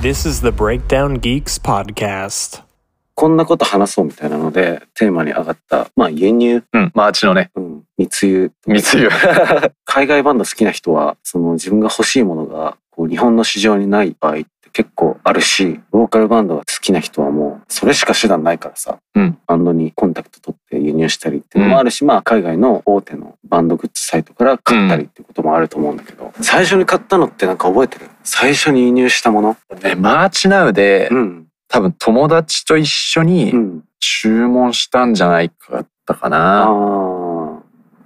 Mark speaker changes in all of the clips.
Speaker 1: This is the Breakdown Geeks podcast.
Speaker 2: こんなこと話そうみたいなので、テーマに上がった、まあ輸入、
Speaker 3: うん。マーチのね、
Speaker 2: うん、密輸。
Speaker 3: 密輸。
Speaker 2: 海外バンド好きな人は、その自分が欲しいものが、こう日本の市場にない場合って結構あるし、ローカルバンドが好きな人はもう、それしか手段ないからさ、
Speaker 3: うん
Speaker 2: バンドにコンタクト取って輸入したりっていうのもあるし、まあ海外の大手のバンドグッズサイトから買ったりっていうこともあると思うんだけど、最初に買ったのってなんか覚えてる最初に輸入したもの
Speaker 3: ね、マーチナウで、
Speaker 2: うん。
Speaker 3: 多分友達と一緒に
Speaker 2: うん。
Speaker 3: 注文したんじゃないかだったか
Speaker 2: あ
Speaker 3: な。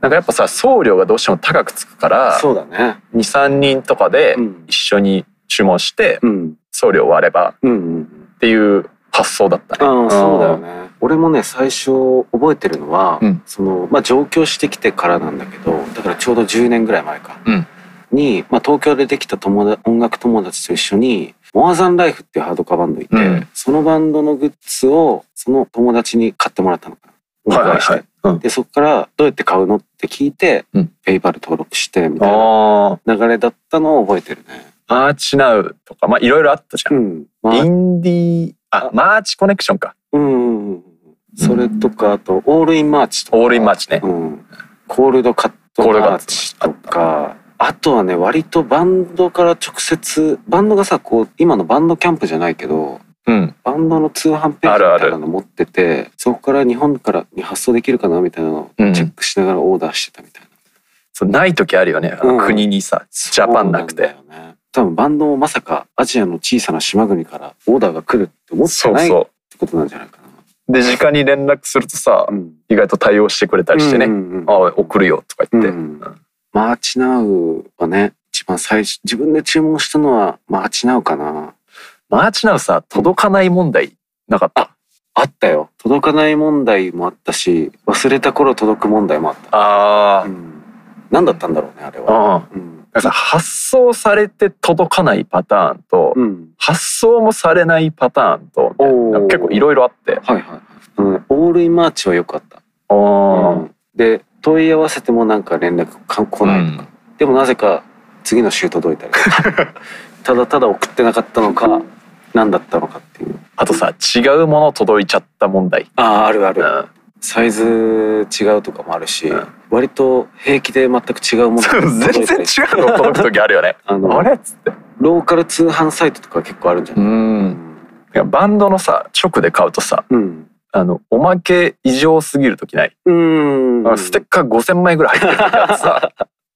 Speaker 3: なんかやっぱさ、送料がどうしても高くつくか
Speaker 2: あ、
Speaker 3: ら、2、
Speaker 2: そうだね。
Speaker 3: 3人とかで
Speaker 2: うん
Speaker 3: 一緒に注文して、
Speaker 2: うん。
Speaker 3: 送料割れば
Speaker 2: うんうん。
Speaker 3: っていう発想だったね。
Speaker 2: ああそうだよね俺もね最初覚えてるのは、
Speaker 3: うん
Speaker 2: そのまあ、上京してきてからなんだけどだからちょうど10年ぐらい前か、
Speaker 3: うん
Speaker 2: に、まあ、東京でできた友達音楽友達と一緒に「モアザンライフ」っていうハードカーバンドいて、
Speaker 3: うん
Speaker 2: そのバンドのグッズをその友達に買ってもらったのかな。
Speaker 3: はいはいはい
Speaker 2: お願して
Speaker 3: うん
Speaker 2: でそこからどうやって買うのって聞いて、
Speaker 3: うん
Speaker 2: ペイパル登録してみ
Speaker 3: あ
Speaker 2: たいな
Speaker 3: ー
Speaker 2: 流れだったのを覚えてるね。
Speaker 3: マーチナウとか、まあいろいろあったじゃん。
Speaker 2: うんまあ
Speaker 3: インディー、あ
Speaker 2: あ、
Speaker 3: マーチコネクションか。
Speaker 2: うんうんうんうん、それとかあとオールインマーチとか
Speaker 3: オールインマーチね。
Speaker 2: うん、コールドカット
Speaker 3: コールドカ
Speaker 2: マ
Speaker 3: ット
Speaker 2: ーチとかあとはね割とバンドから直接バンドがさこう今のバンドキャンプじゃないけど
Speaker 3: うん。
Speaker 2: バンドの通販ペー
Speaker 3: あ
Speaker 2: ジ
Speaker 3: るある
Speaker 2: みたいなの持っててそこから日本からに発送できるかなみたいなの
Speaker 3: う
Speaker 2: をチェ
Speaker 3: ん
Speaker 2: ッ。クしながらオーダーしてたみたいな、
Speaker 3: そうない時あるよね。あの
Speaker 2: うん
Speaker 3: 国にさ、ジャパンなくて。
Speaker 2: そうなんだよね多分バンドもまさかアジアの小さな島国からオーダーが来るって思って
Speaker 3: そう
Speaker 2: ないっ
Speaker 3: そ
Speaker 2: てことなんじゃないかな
Speaker 3: う。で、直に連絡するとさ、
Speaker 2: うん
Speaker 3: 意外と対応してくれたりしてね、
Speaker 2: うんうんうん
Speaker 3: あ送るよとか言って、
Speaker 2: うんマーチナウはね一番最初自分で注文したのはマーチナウかな
Speaker 3: マーチナウさ届かない問題なかった
Speaker 2: あったよ届かない問題もあったし忘れた頃届く問題もあった、
Speaker 3: あ
Speaker 2: う
Speaker 3: ー
Speaker 2: ん、何だったんだろうねあれは、
Speaker 3: ああ
Speaker 2: うん
Speaker 3: さ発送されて届かないパターンと、
Speaker 2: うん、
Speaker 3: 発送もされないパターンと
Speaker 2: おー
Speaker 3: 結構いろいろあって
Speaker 2: はいはい、うん、オールインマーチはよくあった、
Speaker 3: あ
Speaker 2: う
Speaker 3: ー
Speaker 2: んで問い合わせてもなんか連絡か来ない、
Speaker 3: うん
Speaker 2: でもなぜか次の週届いたり ただただ送ってなかったのか何だったのかっていう
Speaker 3: あとさ違うもの届いちゃった問題、
Speaker 2: あああるある、
Speaker 3: うん
Speaker 2: サイズ違うとかもあるし、
Speaker 3: うん
Speaker 2: 割と平気で全く違うもの
Speaker 3: そう
Speaker 2: が届
Speaker 3: 全
Speaker 2: いた
Speaker 3: 然違
Speaker 2: り
Speaker 3: うの届く時あるよね
Speaker 2: あの
Speaker 3: あれっつって
Speaker 2: ローカル通販サイトとか結構あるんじゃ
Speaker 3: う
Speaker 2: ない、
Speaker 3: んてかバンドのさ直で買うとさ
Speaker 2: うん
Speaker 3: あのおまけ異常すぎる時ない
Speaker 2: うん
Speaker 3: あのステッカー5000枚ぐらい入ってる時あって さ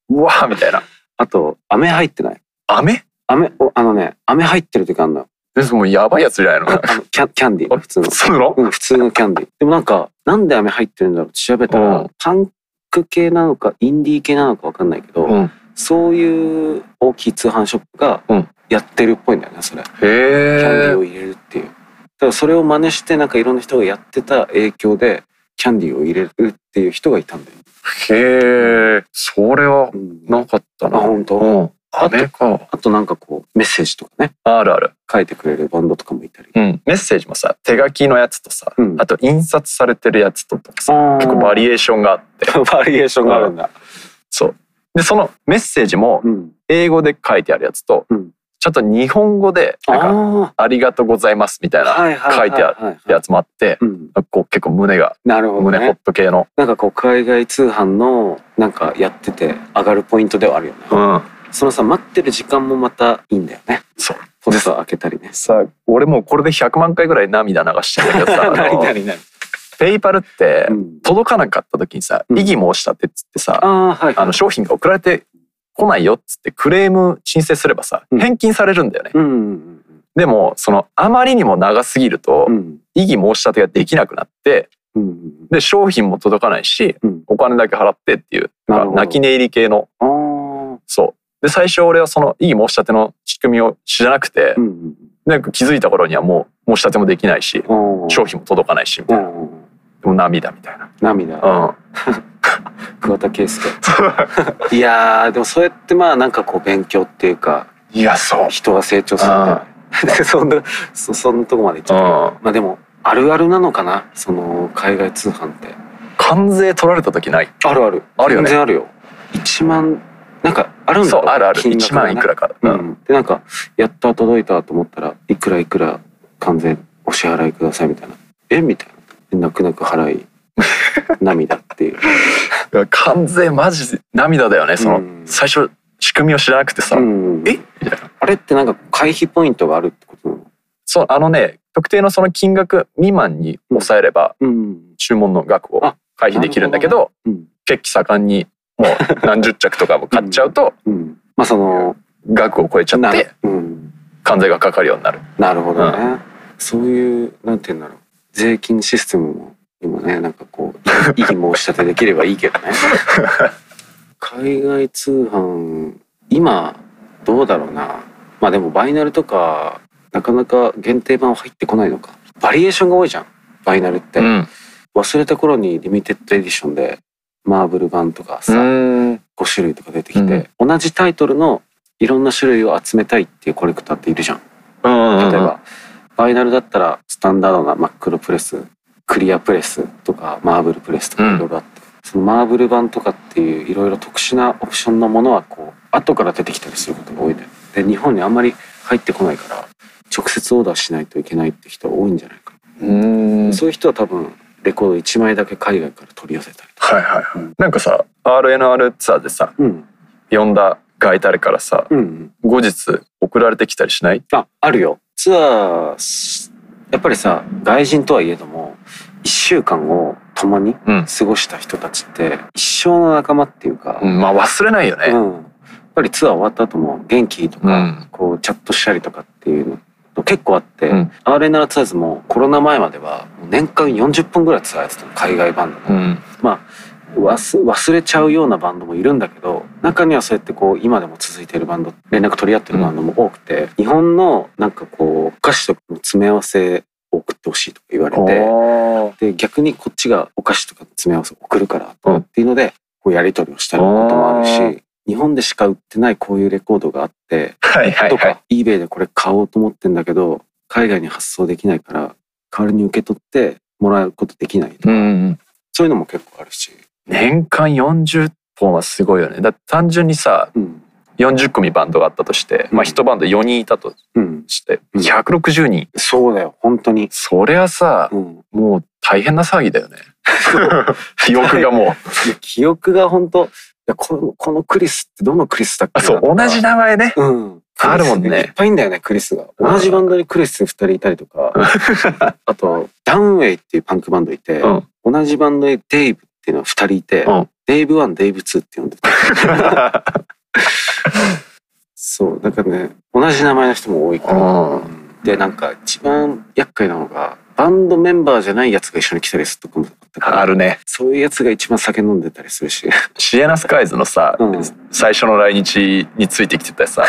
Speaker 3: うわーみたいな
Speaker 2: あと飴入ってない
Speaker 3: 飴
Speaker 2: 飴おあのね飴入ってる時あ るのよ
Speaker 3: でもうやばいやつじゃないの
Speaker 2: あ のキャキャンディー普通の
Speaker 3: 普、通の
Speaker 2: うん、普通のキャンディーでもなんかなんで飴入ってるんだろうって調べた
Speaker 3: う
Speaker 2: ら
Speaker 3: ん
Speaker 2: パンク系なのかインディー系なのかわかんないけど、
Speaker 3: うん
Speaker 2: そういう大きい通販ショップが
Speaker 3: うん
Speaker 2: やってるっぽいんだよねそれ
Speaker 3: へ
Speaker 2: キャンディ
Speaker 3: え
Speaker 2: ーを入れるっていう。だからそれを真似してなんかいろんな人がやってた影響でキャンディーを入れるっていう人がいたんだよ。
Speaker 3: へえそれは
Speaker 2: うん
Speaker 3: なかった
Speaker 2: あ
Speaker 3: な
Speaker 2: 本当、
Speaker 3: うん
Speaker 2: あ
Speaker 3: 飴か
Speaker 2: あとなんかこうメッセージとかね
Speaker 3: あるある
Speaker 2: 書いてくれるバンドとかもいたり。
Speaker 3: うんメッセージもさ手書きのやつとさ
Speaker 2: うん
Speaker 3: あと印刷されてるやつととかさ
Speaker 2: 結
Speaker 3: 結構バリエーションがあって
Speaker 2: エバリエーションがあるんだ。
Speaker 3: そうでそのメッセージも
Speaker 2: うん、
Speaker 3: 英語で書いてあるやつと
Speaker 2: うん
Speaker 3: ちょっと日本語で
Speaker 2: あ
Speaker 3: なんか
Speaker 2: ー
Speaker 3: ありがとうございますみたいな
Speaker 2: はいはい
Speaker 3: 書いてあ
Speaker 2: る
Speaker 3: やつもあって
Speaker 2: うん、
Speaker 3: こう結構胸が
Speaker 2: なるほど
Speaker 3: 胸ホ
Speaker 2: ね
Speaker 3: ッ。ト系の
Speaker 2: なんかこう海外通販のなんかやってて上がるポイントではあるよね。
Speaker 3: うん
Speaker 2: そのさ待ってる時間もまたいいんだよね。
Speaker 3: そう
Speaker 2: ポスト開けた りね。
Speaker 3: さ俺もうこれで100万回ぐらい涙流してる んだけどさあの
Speaker 2: 何々
Speaker 3: ペイパルって
Speaker 2: うん
Speaker 3: 届かなかった時にさ
Speaker 2: うん
Speaker 3: 異議申し立てっつってさ、
Speaker 2: あーはいはい。
Speaker 3: あの商品が送られてこないよっつってクレーム申請すればさ
Speaker 2: うん
Speaker 3: 返金されるんだよね、
Speaker 2: うんうん
Speaker 3: でもそのあまりにも長すぎると
Speaker 2: うんうん
Speaker 3: 異議申し立てができなくなって
Speaker 2: うんうん
Speaker 3: で商品も届かないし
Speaker 2: うん
Speaker 3: お金だけ払ってっていう
Speaker 2: なるほど
Speaker 3: 泣き寝入り系の
Speaker 2: あー
Speaker 3: そうで最初俺はその異議申し立ての仕組みを知らなくて、
Speaker 2: うんうん
Speaker 3: なんか気づいた頃にはもう申し立てもできないし
Speaker 2: うん
Speaker 3: 商品も届かないしみた
Speaker 2: う
Speaker 3: いなん
Speaker 2: うん
Speaker 3: でも涙みたいな
Speaker 2: 涙
Speaker 3: うん
Speaker 2: 桑田佳祐いやーでもそうやってまあなんかこう勉強っていうか
Speaker 3: いやそう
Speaker 2: 人は成長するみたいなで そんなそそんなとこまでいっちゃった
Speaker 3: うん
Speaker 2: まあでもあるあるなのかなその海外通販って
Speaker 3: 関税取られた時ない
Speaker 2: あるある
Speaker 3: あるよね
Speaker 2: 全然あるよ1万なんかあるんだ
Speaker 3: そうあるある
Speaker 2: 金額
Speaker 3: 1
Speaker 2: がね
Speaker 3: 万いくらか、う
Speaker 2: うんん、でなんかやっと届いたと思ったらいくらいくら完全お支払いくださいみたいなえみたいなで泣く泣く払 い涙っていう
Speaker 3: いや完全マジ涙だよ ねその、
Speaker 2: うん
Speaker 3: 最初仕組みを知らなくてさ、
Speaker 2: うん
Speaker 3: えみたいな
Speaker 2: あれってなんか回避ポイントがあるってことなの
Speaker 3: そうあのね特定のその金額未満に抑えれば
Speaker 2: うん
Speaker 3: 注文の額を
Speaker 2: あ
Speaker 3: 回避できるんだけど
Speaker 2: うん
Speaker 3: 血気盛んにもう何十着とかも買っちゃうと
Speaker 2: うんまあその
Speaker 3: 額を超えちゃっ
Speaker 2: な
Speaker 3: て
Speaker 2: うん、
Speaker 3: 関税がかかるようになる
Speaker 2: なるほどね、そういうなんて言うんだろう税金システムも今ねなんかこう いい申し立てできればいいけ どね海外通販今どうだろうなまあでもバイナルとかなかなか限定版は入ってこないのかバリエーションが多いじゃんバイナルって、
Speaker 3: うん
Speaker 2: 忘れた頃にリミテッドエディションでマーブル版とかさ、
Speaker 3: うん
Speaker 2: 5種類とか出てきて、同じタイトルのいろんな種類を集めたいっていうコレクターっているじゃん
Speaker 3: うん
Speaker 2: 例え
Speaker 3: うん
Speaker 2: ば、バイナルだったらスタンダードな真っ黒プレスクリアプレスとかマーブルプレスと
Speaker 3: う
Speaker 2: か
Speaker 3: ん
Speaker 2: いろいろあって、そのマーブル版とかっていういろいろ特殊なオプションのものはこう後から出てきたりすることが多いねで日本にあんまり入ってこないから直接オーダーしないといけないって人は多いんじゃないか
Speaker 3: うん
Speaker 2: な、そういう人は多分レコード1枚だけ海外から取り寄せたりとか。
Speaker 3: はいはいはいなんかさ RNR ツアーでさ
Speaker 2: うん
Speaker 3: 呼んだガイタレからさ
Speaker 2: うんうん
Speaker 3: 後日送られてきたりしない
Speaker 2: あ、あるよ。ツアー、やっぱりさ、外人とはいえども、一週間を共に
Speaker 3: うん
Speaker 2: 過ごした人たちって、一生の仲間っていうか、
Speaker 3: うんまあ忘れないよね
Speaker 2: うんやっぱりツアー終わった後も元気とか、
Speaker 3: ん
Speaker 2: こうチャットしたりとかっていうの結構あって、
Speaker 3: うん
Speaker 2: RNR ツアーズもコロナ前まではもう年間40分ぐらいツアーやってたの海外バンドの
Speaker 3: うん
Speaker 2: 忘忘れちゃうようなバンドもいるんだけど中にはそうやってこう今でも続いているバンド連絡取り合ってるバンドも多くて、日本のなんかこうお菓子とかの詰め合わせを送ってほしいとか言われて
Speaker 3: おー
Speaker 2: で逆にこっちがお菓子とかの詰め合わせを送るから
Speaker 3: うん
Speaker 2: っていうのでこうやり取りをしたりのこともある
Speaker 3: あ
Speaker 2: し
Speaker 3: ー
Speaker 2: 日本でしか売ってないこういうレコードがあって
Speaker 3: はいはい
Speaker 2: と
Speaker 3: はい
Speaker 2: か eBay でこれ買おうと思ってんだけど海外に発送できないから代わりに受け取ってもらうことできないとか、
Speaker 3: うんうん
Speaker 2: そういうのも結構あるし。
Speaker 3: 年間40本はすごいよねだって単純にさ
Speaker 2: うん
Speaker 3: 40組バンドがあったとして、
Speaker 2: うん
Speaker 3: まあ1バンド4人いたと
Speaker 2: うん、
Speaker 3: して
Speaker 2: うん
Speaker 3: 160人、
Speaker 2: そうだよ、本当に。
Speaker 3: そりゃさ
Speaker 2: うん、
Speaker 3: もう大変な騒ぎだ よね記憶がも
Speaker 2: いや記憶が本当いやこの、このクリスってどのクリスだっ
Speaker 3: う
Speaker 2: けな
Speaker 3: そう
Speaker 2: とか
Speaker 3: 同じ名 前ね
Speaker 2: うん。
Speaker 3: あるもんね
Speaker 2: クリ スいっぱいいんだよね、クリスが。同じバンドにクリス2人いたりと か、あと、ダウンウェイっていうパンクバンドいて、
Speaker 3: うん
Speaker 2: 同じバンドにデイブっていうのは2人いて、
Speaker 3: うん
Speaker 2: デイブ1、デイブ2って呼んでた。そう、なんかね、同じ名前の人も多いから。
Speaker 3: うん
Speaker 2: で、なんか一番厄介なのが、バンドメンバーじゃないやつが一緒に来たりするとこもあったから
Speaker 3: あるね
Speaker 2: そういうやつが一番酒飲んでたりするし。
Speaker 3: シエナスカイズのさ、
Speaker 2: うん
Speaker 3: 最初の来日についてきてたさ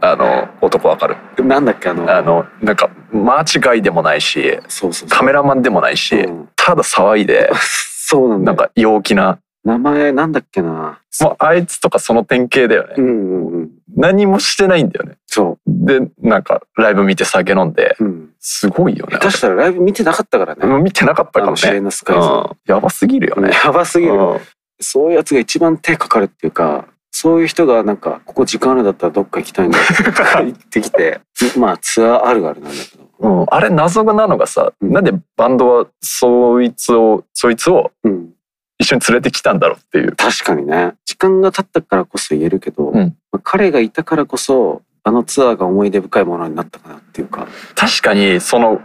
Speaker 3: あの男わかる
Speaker 2: なんだっけあの
Speaker 3: あのなんか間違いでもないし
Speaker 2: そうそうそう
Speaker 3: カメラマンでもないし、
Speaker 2: うん
Speaker 3: ただ騒いで
Speaker 2: そうなんだよ
Speaker 3: なんか陽気な
Speaker 2: 名前なんだっけな
Speaker 3: もうあいつとかその典型だよね、
Speaker 2: うんうんうん
Speaker 3: 何もしてないんだよね
Speaker 2: そ
Speaker 3: でなんかライブ見て酒飲んで
Speaker 2: う、うん、
Speaker 3: すごいよね
Speaker 2: 下手したらライブ見てなかったからね、
Speaker 3: うん見てなかっ
Speaker 2: あ
Speaker 3: たかも
Speaker 2: のシレ
Speaker 3: ね
Speaker 2: ナスカイズ、
Speaker 3: うんやばすぎるよね
Speaker 2: やばすぎる、
Speaker 3: うん
Speaker 2: そういうやつが一番手かかるっていうかそういう人がなんかここ時間あるんだったらどっか行きた いんだよとか言ってきてまあツアーあるあるなんだけど、
Speaker 3: うん あれ謎なのがさ、
Speaker 2: うん
Speaker 3: なんでバンドはそいつをそいつを
Speaker 2: うん、
Speaker 3: 一緒に連れてきたんだろうっていう
Speaker 2: 確かにね時間が経ったからこそ言えるけど、
Speaker 3: うん
Speaker 2: まあ彼がいたからこそあのツアーが思い出深いものになったかなっていうか
Speaker 3: 確かにその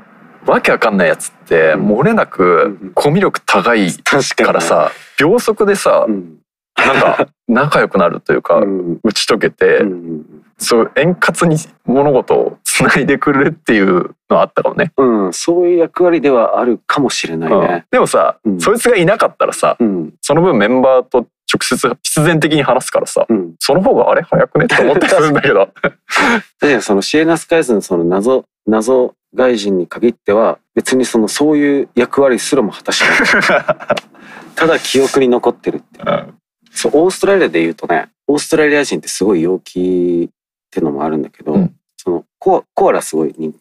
Speaker 3: わけわかんないやつって
Speaker 2: うん
Speaker 3: 漏れな
Speaker 2: うんうん
Speaker 3: くコミュ力高い
Speaker 2: 確か
Speaker 3: からさ秒速でさ
Speaker 2: うん
Speaker 3: なん か仲良くなるというか、
Speaker 2: うん
Speaker 3: 打ち解けて、
Speaker 2: うんうん
Speaker 3: そう円滑に物事をつないでくれるっていうのはあったかもね。
Speaker 2: うんうん、そういう役割ではあるかもしれない
Speaker 3: うん
Speaker 2: ね。
Speaker 3: でもさ、
Speaker 2: うん
Speaker 3: そいつがいなかったらさ
Speaker 2: うん、
Speaker 3: その分メンバーと直接必然的に話すからさ
Speaker 2: うん。
Speaker 3: その方があれ早くねって思ったりするんだけ ど
Speaker 2: 確かにそのシエナスカイズのその謎、謎外人に限っては、別にそのそういう役割すらも果た してない。ただ記憶に残ってるっていう。
Speaker 3: うん
Speaker 2: そう、オーストラリアで言うとね、オーストラリア人ってすごい陽気ってのもあるんだけど、
Speaker 3: うん
Speaker 2: そのコア、コアラすごい人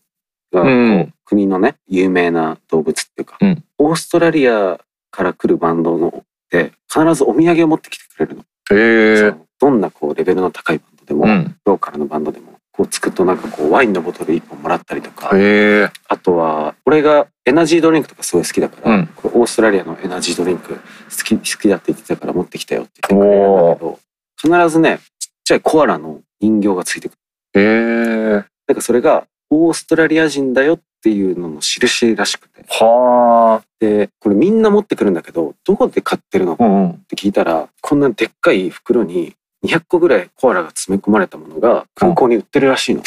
Speaker 2: が、
Speaker 3: うん
Speaker 2: 国のね、有名な動物っていうか、
Speaker 3: うん
Speaker 2: オーストラリアから来るバンドのって、必ずお土産を持ってきてくれるの。
Speaker 3: へえ
Speaker 2: そうどんなこうレベルの高いバンドでも、
Speaker 3: うん。
Speaker 2: ローカルのバンドでもこうつくとなんかこうワインのボトル1本もらったりとか、
Speaker 3: へえ。
Speaker 2: あとは俺がエナジードリンクとかすごい好きだから、
Speaker 3: うん
Speaker 2: これオーストラリアのエナジードリンク好き好きだって言ってたから持ってきたよって言ってくれるんだけど必ずねちっちゃいコアラの人形がついてくる
Speaker 3: へえ。
Speaker 2: なんかそれがオーストラリア人だよっていうのの印らしくて
Speaker 3: は
Speaker 2: でこれみんな持ってくるんだけどどこで買ってるの
Speaker 3: あ。うんうん。
Speaker 2: って聞いたらこんなでっかい袋に200個ぐらいコアラが詰め込まれたものが空港に売ってるらしいの。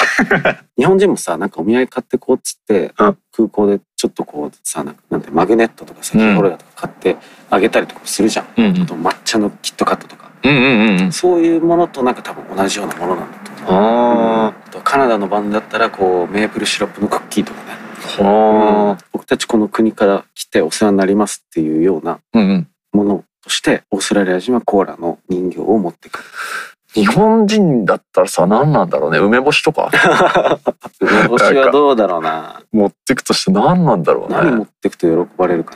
Speaker 2: 日本人もさなんかお土産買ってこうっつって、
Speaker 3: うん
Speaker 2: 空港でちょっとこうさなんかなんてマグネットとかさ
Speaker 3: うん
Speaker 2: キーホルダーとか買ってあげたりとかもするじゃん。
Speaker 3: うんうん
Speaker 2: あと抹茶のキットカットとか
Speaker 3: うんうんうん。
Speaker 2: そういうものとなんか多分同じようなものなんだと思う。
Speaker 3: あ
Speaker 2: あとカナダのバンドだったらこうメープルシロップのクッキーとかね、
Speaker 3: あ。は
Speaker 2: 僕たちこの国から来てお世話になりますっていうような
Speaker 3: あ。うんうん。
Speaker 2: ものとしてオーストラリア人はコアラの人形を持ってくる。
Speaker 3: 日本人だったらさ、何なんだろうね。梅干しと か
Speaker 2: 梅干しはどうだろうな。
Speaker 3: 持ってくとして何なんだろうね。
Speaker 2: 何持ってくと喜ばれるか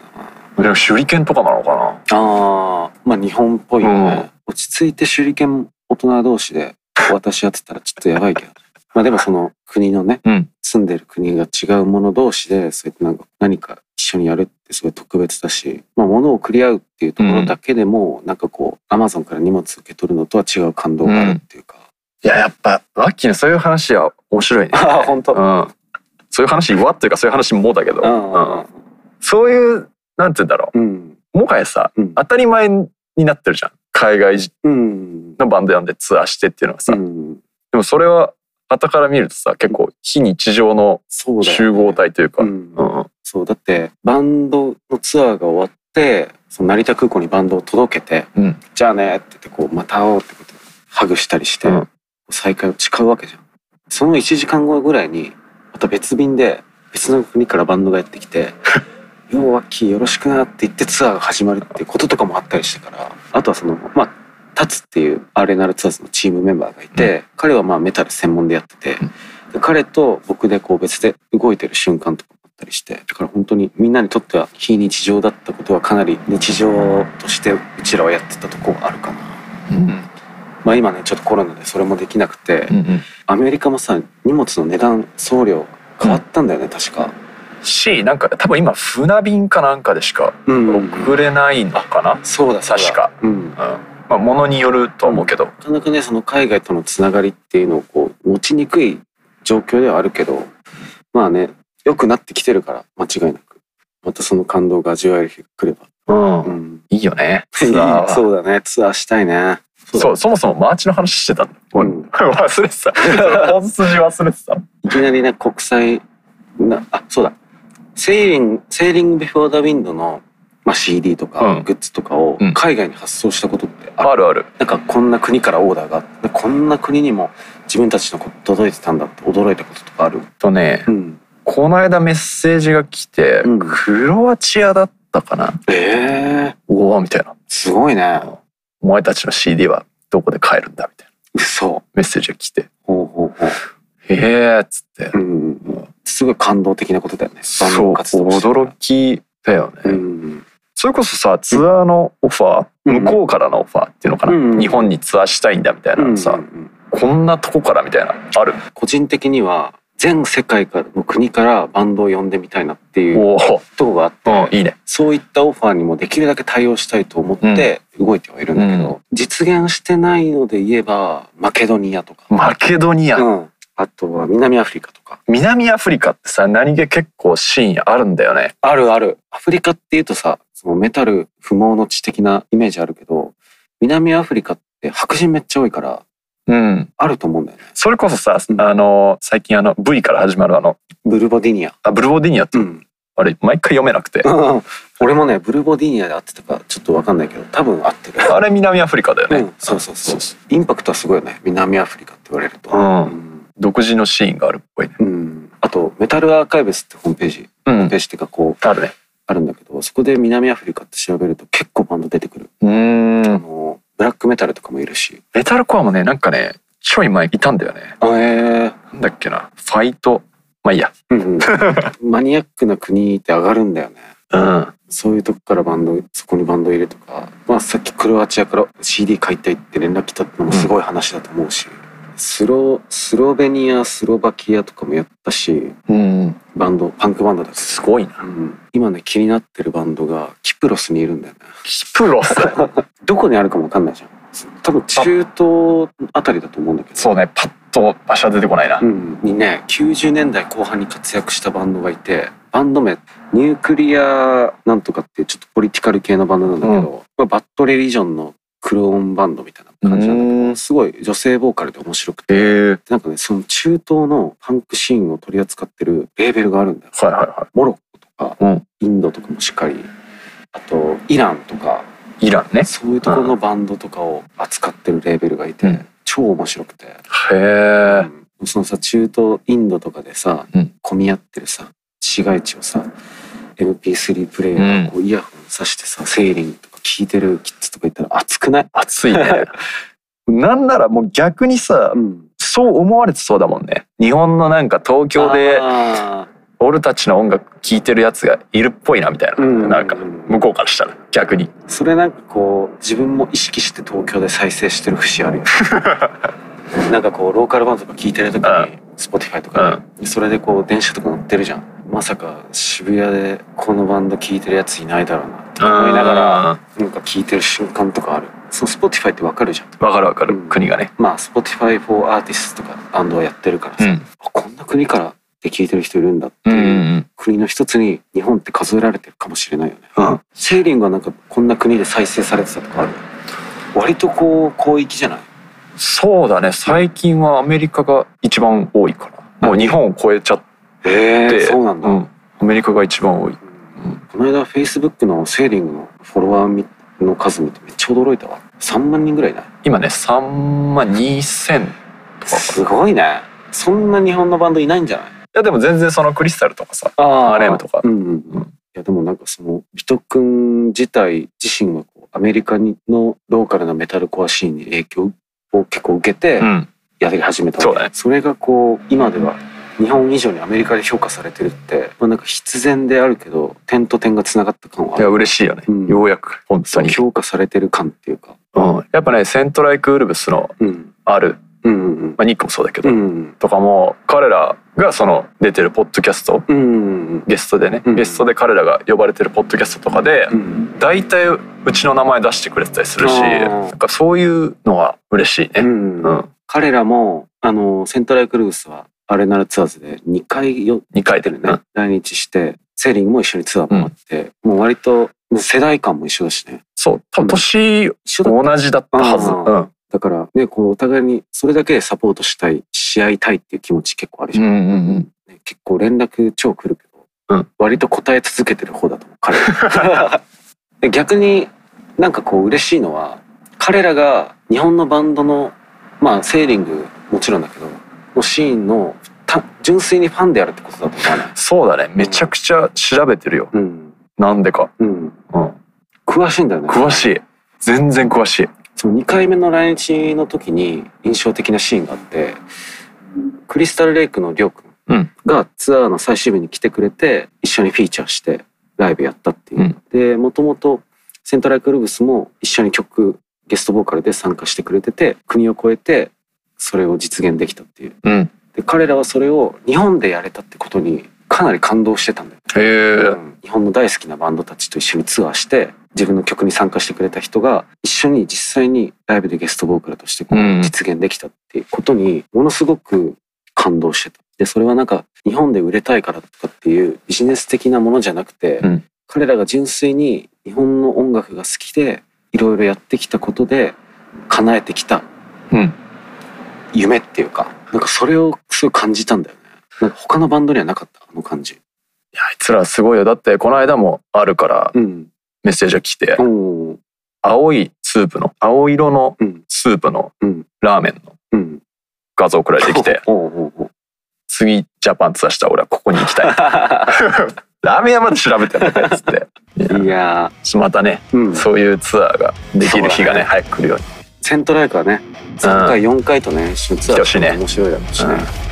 Speaker 2: な。
Speaker 3: でも手裏剣とかなのかな
Speaker 2: ああ、まあ日本っぽいよね。落ち着いて手裏剣大人同士で渡し合ってたらちょっとやばいけど。まあでもその国のね、
Speaker 3: うん
Speaker 2: 住んでる国が違うもの同士でそうやってなんか何か一緒にやるってすごい特別だし、まあ物を送り合うっていうところだけでも、なんかこうアマゾンから荷物受け取るのとは違う感動があるっていうか。
Speaker 3: いややっぱラッキーのそういう話は面白いね
Speaker 2: ああ、本当。
Speaker 3: う
Speaker 2: うん
Speaker 3: んそういう話はっていうかそういう話もだけど、
Speaker 2: うん
Speaker 3: そういうなんて言うんだろ
Speaker 2: うん。
Speaker 3: うもはやさ
Speaker 2: うん。
Speaker 3: 当たり前になってるじゃん海外
Speaker 2: うん。
Speaker 3: のバンドやんでツアーしてっていうのはさ、
Speaker 2: うん
Speaker 3: でもそれは傍から見るとさ結構非日常の
Speaker 2: そうだよね
Speaker 3: 集合体というか
Speaker 2: うん
Speaker 3: うん
Speaker 2: そうだってバンドのツアーが終わってその成田空港にバンドを届けて
Speaker 3: うん
Speaker 2: 「じゃあね」って言ってこう「また会おう」ってことでハグしたりして、
Speaker 3: うん
Speaker 2: 再会を誓うわけじゃんその1時間後ぐらいにまた別便で別の国からバンドがやってき て「ようワッキーよろしくな」って言ってツアーが始まるっていうこととかもあったりしてからあとはそのまあタツっていうアレナルツアーズのチームメンバーがいて、彼はまあメタル専門でやってて、で彼と僕でこう別で動いてる瞬間とかもあったりしてだから本当にみんなにとっては非日常だったことはかなり日常としてうちらはやってたとこあるかな。
Speaker 3: うん
Speaker 2: まあ今ねちょっとコロナでそれもできなくて、
Speaker 3: うん
Speaker 2: アメリカもさ荷物の値段送料変わったんだよね、確か。
Speaker 3: しなんか多分今船便かなんかでしか
Speaker 2: うん
Speaker 3: 送れないのかな、
Speaker 2: そうだそうだ
Speaker 3: 確か、
Speaker 2: うん、な
Speaker 3: うんまあ物によるとは思うけど、
Speaker 2: かなかねその海外とのつながりっていうのをこう持ちにくい状況ではあるけどまあね良くなってきてるから間違いなくまたその感動が味わえる日が来れば、
Speaker 3: うん
Speaker 2: うん、
Speaker 3: いいよね。
Speaker 2: いい
Speaker 3: ツアーは
Speaker 2: そうだねツアーしたいね
Speaker 3: そうそもそもマーチの話してたの。
Speaker 2: うん
Speaker 3: 忘れてた。本筋忘れてた。
Speaker 2: いきなりね国際なあそうだセーリング「セーリング・ビフォー・ザ・ウィンドの」まあ、CD とか、
Speaker 3: うん
Speaker 2: グッズとかを
Speaker 3: うん
Speaker 2: 海外に発送したことってある、
Speaker 3: あるある。
Speaker 2: なんかこんな国からオーダーがあってこんな国にも自分たちのこと届いてたんだって驚いたこととかある、
Speaker 3: とね、
Speaker 2: うん、
Speaker 3: この間メッセージが来て、
Speaker 2: うん
Speaker 3: クロアチアだったかな。
Speaker 2: ええ
Speaker 3: おおみたいな。
Speaker 2: すごいね
Speaker 3: お前たちの CD はどこで買えるんだみたいな
Speaker 2: 嘘
Speaker 3: メッセージが来て、
Speaker 2: ほうほうほ
Speaker 3: へえっつって
Speaker 2: う、う、ん、すごい感動的なことだよねバンド
Speaker 3: そう
Speaker 2: の活動してる
Speaker 3: 驚きだよね。
Speaker 2: うん
Speaker 3: それこそさツアーのオファー、
Speaker 2: うん
Speaker 3: 向こうからのオファーっていうのかな、
Speaker 2: うん
Speaker 3: 日本にツアーしたいんだみたいなの
Speaker 2: う
Speaker 3: さ、
Speaker 2: んうんうん
Speaker 3: こんなとこからみたいなある。
Speaker 2: 個人的には全世界からの国からバンドを呼んでみたいなっていう
Speaker 3: おお、
Speaker 2: とこがあって、
Speaker 3: うん、いいね。
Speaker 2: そういったオファーにもできるだけ対応したいと思って動いてはいるんだけど、
Speaker 3: う
Speaker 2: 実現してないので言えばマケドニアとか、
Speaker 3: マケドニア、
Speaker 2: うん、あとは南アフリカとか
Speaker 3: 南アフリカってさ何気結構シーンあるんだよね
Speaker 2: あるあるアフリカっていうとさそのメタル不毛の地的なイメージあるけど南アフリカって白人めっちゃ多いから
Speaker 3: うん
Speaker 2: あると思うんだよね
Speaker 3: それこそさ、
Speaker 2: うん
Speaker 3: あの最近あの V から始まるあの
Speaker 2: ブルボディニア、
Speaker 3: あブルボディニアって、
Speaker 2: うん、
Speaker 3: あれ毎回読めなくて
Speaker 2: うん 俺もねブルボディニアで合ってたかちょっと分かんないけど多分合ってる
Speaker 3: あれ南アフリカだよね、
Speaker 2: うんそうそうそうインパクトはすごいよね南アフリカって言われると、
Speaker 3: うん
Speaker 2: うん
Speaker 3: 独自のシーンがあるっぽいね
Speaker 2: うんあとメタルアーカイブスってホームページ
Speaker 3: う
Speaker 2: ホーム
Speaker 3: ん
Speaker 2: ページっていうかこう
Speaker 3: あるね
Speaker 2: あるんだけどそこで南アフリカって調べると結構バンド出てくる、
Speaker 3: う
Speaker 2: あ
Speaker 3: ん
Speaker 2: のブラックメタルとかもいるし
Speaker 3: メタルコアもねなんかねちょい前いたんだよね
Speaker 2: あえー
Speaker 3: なんだっけなファイトまあいいや
Speaker 2: うんうんマニアックな国って上がるんだよね
Speaker 3: うん。
Speaker 2: そういうとこからバンドそこにバンド入れとか、まあ、さっきクロアチアから CD 買いたいって連絡来たのもすごい話だと思うし、スロスロベニアスロバキアとかもやったし
Speaker 3: うん。
Speaker 2: バンドパンクバンドだし、
Speaker 3: すごいな。
Speaker 2: うん、今ね気になってるバンドがキプロスにいるんだよね
Speaker 3: キ プロス。
Speaker 2: どこにあるかもわかんないじゃん多分中東あたりだと思うんだけど
Speaker 3: そうね、パッと場所は出てこないな。
Speaker 2: うん、にね90年代後半に活躍したバンドがいてバンド名ニュークリアなんとかっていうちょっとポリティカル系のバンドなんだけど、まあバッドレリジョンのクローンバンドみたいな感じなんだけ
Speaker 3: う
Speaker 2: どすごい女性ボーカルで面白くて
Speaker 3: えー、
Speaker 2: なんかねその中東のパンクシーンを取り扱ってるレーベルがあるんだよ
Speaker 3: はいは
Speaker 2: モロッコとか、
Speaker 3: うん
Speaker 2: インドとかもしっかりあとイランとか
Speaker 3: いはい。イランね。
Speaker 2: そういうところのバンドとかを扱ってるレーベルがいて、
Speaker 3: うん
Speaker 2: 超面白くて
Speaker 3: へえ。
Speaker 2: うんそのさ中東インドとかでさ、
Speaker 3: うん
Speaker 2: 混み合ってるさ市街地をさ MP3 プレイヤーがこうイヤホンさしてさ、セーリンとか聴いてるキッズとかいたら熱くない、
Speaker 3: 熱いね。 なんならもう逆にさ、
Speaker 2: ん、
Speaker 3: そう思われてそうだもんね。日本のなんか東京で
Speaker 2: あ
Speaker 3: 俺たちの音楽聴いてるやつがいるっぽいなみたいな。
Speaker 2: うん
Speaker 3: なんか向こうからしたら逆に。
Speaker 2: ーそれなんかこう自分も意識して東京で再生してる節 あるよねなんかこうローカルバンドとか聴いてる時に
Speaker 3: う
Speaker 2: Spotify とかでそれでこう電車とか乗ってるじゃんまさか渋谷でこのバンド聴いてるやついないだろうなって思いながらなんか聞いてる瞬間とかある。その Spotify ってわかるじゃん。
Speaker 3: ら。わかるわかる。
Speaker 2: うん
Speaker 3: 国がね。
Speaker 2: まあ Spotify for Artists とかバンドをやってるからさ、
Speaker 3: ん。
Speaker 2: あこんな国からで聞いてる人いるんだって
Speaker 3: うん
Speaker 2: い
Speaker 3: う
Speaker 2: う、
Speaker 3: ん
Speaker 2: 国の一つに日本って数えられてるかもしれないよね。
Speaker 3: うん。
Speaker 2: シェーリングはなんかこんな国で再生されてたとかある割とこう広域じゃない
Speaker 3: そうだね。最近はアメリカが一番多いから。もう日本を超えちゃっ
Speaker 2: へ
Speaker 3: て。
Speaker 2: そうなんだ。
Speaker 3: うん。アメリカが一番多
Speaker 2: う
Speaker 3: い。
Speaker 2: んこの間 Facebook のシェーリングのフォロワーみの数見てめっちゃ驚いたわ。3万人ぐらいいない
Speaker 3: 今ね、3万2000とかかな。
Speaker 2: すごいね。そんな日本のバンドいないんじゃない
Speaker 3: いやでも全然そのクリスタルとかさ、
Speaker 2: あ
Speaker 3: ー RM とか
Speaker 2: うんうんう
Speaker 3: うん
Speaker 2: ん、いやでもなんかそのビト君自体自身がこうアメリカにのローカルなメタルコアシーンに影響を結構受けて
Speaker 3: ん、
Speaker 2: やり始めたわけ
Speaker 3: そうだね
Speaker 2: それがこう今では日本以上にアメリカで評価されてるって、まあ、なんか必然であるけど点と点がつながった感はいあ
Speaker 3: や
Speaker 2: る
Speaker 3: 嬉しいよね、
Speaker 2: うん
Speaker 3: ようやく本当に、
Speaker 2: 評価されてる感っていうか、
Speaker 3: うん、やっぱねセントライクウルブスの
Speaker 2: うん、
Speaker 3: ある、
Speaker 2: うんうん
Speaker 3: まあ、ニックもそうだけ
Speaker 2: う
Speaker 3: ど、
Speaker 2: んうん
Speaker 3: とかも彼らがその出てるポッドキャスト
Speaker 2: うんうん
Speaker 3: ゲストでね、
Speaker 2: うん
Speaker 3: ゲストで彼らが呼ばれてるポッドキャストとかで、
Speaker 2: うん
Speaker 3: 大体うちの名前出してくれてたりするし
Speaker 2: あー
Speaker 3: なんかそういうのは嬉しいね、
Speaker 2: うん
Speaker 3: うん
Speaker 2: 彼らもあのセントライクルースはアレナルツアーズで2回よ
Speaker 3: 2回
Speaker 2: て
Speaker 3: で
Speaker 2: るね、来日してセーリンも一緒にツアーもあって、もう割と世代間も一緒だしね
Speaker 3: そう多分年
Speaker 2: 一緒だ
Speaker 3: 同じだったはず、
Speaker 2: あーだからねこうお互いにそれだけでサポートしたい試合たいっていう気持ち結構あるじ
Speaker 3: う
Speaker 2: ゃん、
Speaker 3: ん、うんうんうん
Speaker 2: ね結構連絡超来るけど、
Speaker 3: うん
Speaker 2: 割と答え続けてる方だと思う 彼はで逆になんかこう嬉しいのは彼らが日本のバンドのまあセーリングもちろんだけどのシーンのた純粋にファンであるってことだと思わない、
Speaker 3: そうだねめちゃくちゃ調べてるよ
Speaker 2: うん
Speaker 3: なんでか、
Speaker 2: うん、
Speaker 3: うん、
Speaker 2: 詳しいんだよね
Speaker 3: 詳しい全然詳しい
Speaker 2: その2回目の来日の時に印象的なシーンがあってクリスタルレイクのりょうく
Speaker 3: うん
Speaker 2: んがツアーの最終日に来てくれて一緒にフィーチャーしてライブやったっていう。
Speaker 3: うん
Speaker 2: でもともとセントライクルーブスも一緒に曲ゲストボーカルで参加してくれてて国を越えてそれを実現できたっていう。
Speaker 3: うん
Speaker 2: で彼らはそれを日本でやれたってことにかなり感動してたんだよ。
Speaker 3: へえ
Speaker 2: うん日本の大好きなバンドたちと一緒にツアーして自分の曲に参加してくれた人が一緒に実際にライブでゲストボーカルとしてこう
Speaker 3: うん
Speaker 2: 実現できたっていうことにものすごく感動してた。でそれはなんか日本で売れたいからとかっていうビジネス的なものじゃなくて、
Speaker 3: うん
Speaker 2: 彼らが純粋に日本の音楽が好きでいろいろやってきたことで叶えてきた
Speaker 3: うん
Speaker 2: 夢っていうか、なんかそれをすごい感じたんだよね。なんか他のバンドにはなかったあの感じ。
Speaker 3: いやあいつらすごいよだってこの間もあるから
Speaker 2: うん。
Speaker 3: メッセージが来て、
Speaker 2: おー
Speaker 3: 青いスープの青色の
Speaker 2: うん
Speaker 3: スープの
Speaker 2: うん
Speaker 3: ラーメンの
Speaker 2: うん。
Speaker 3: 画像送られて きて
Speaker 2: おうおうおう
Speaker 3: 次ジャパンツアーしたら俺はここに行 きたいラーメン屋まで調べてるねっつって
Speaker 2: いや
Speaker 3: またね、
Speaker 2: ー、うん、
Speaker 3: そういうツアーができる日
Speaker 2: そうだ
Speaker 3: がね
Speaker 2: ね
Speaker 3: 早く来るように
Speaker 2: セントライクはね3回4回とね一緒にツアー
Speaker 3: 来てほしいね
Speaker 2: 面白いだろうしね、
Speaker 3: うん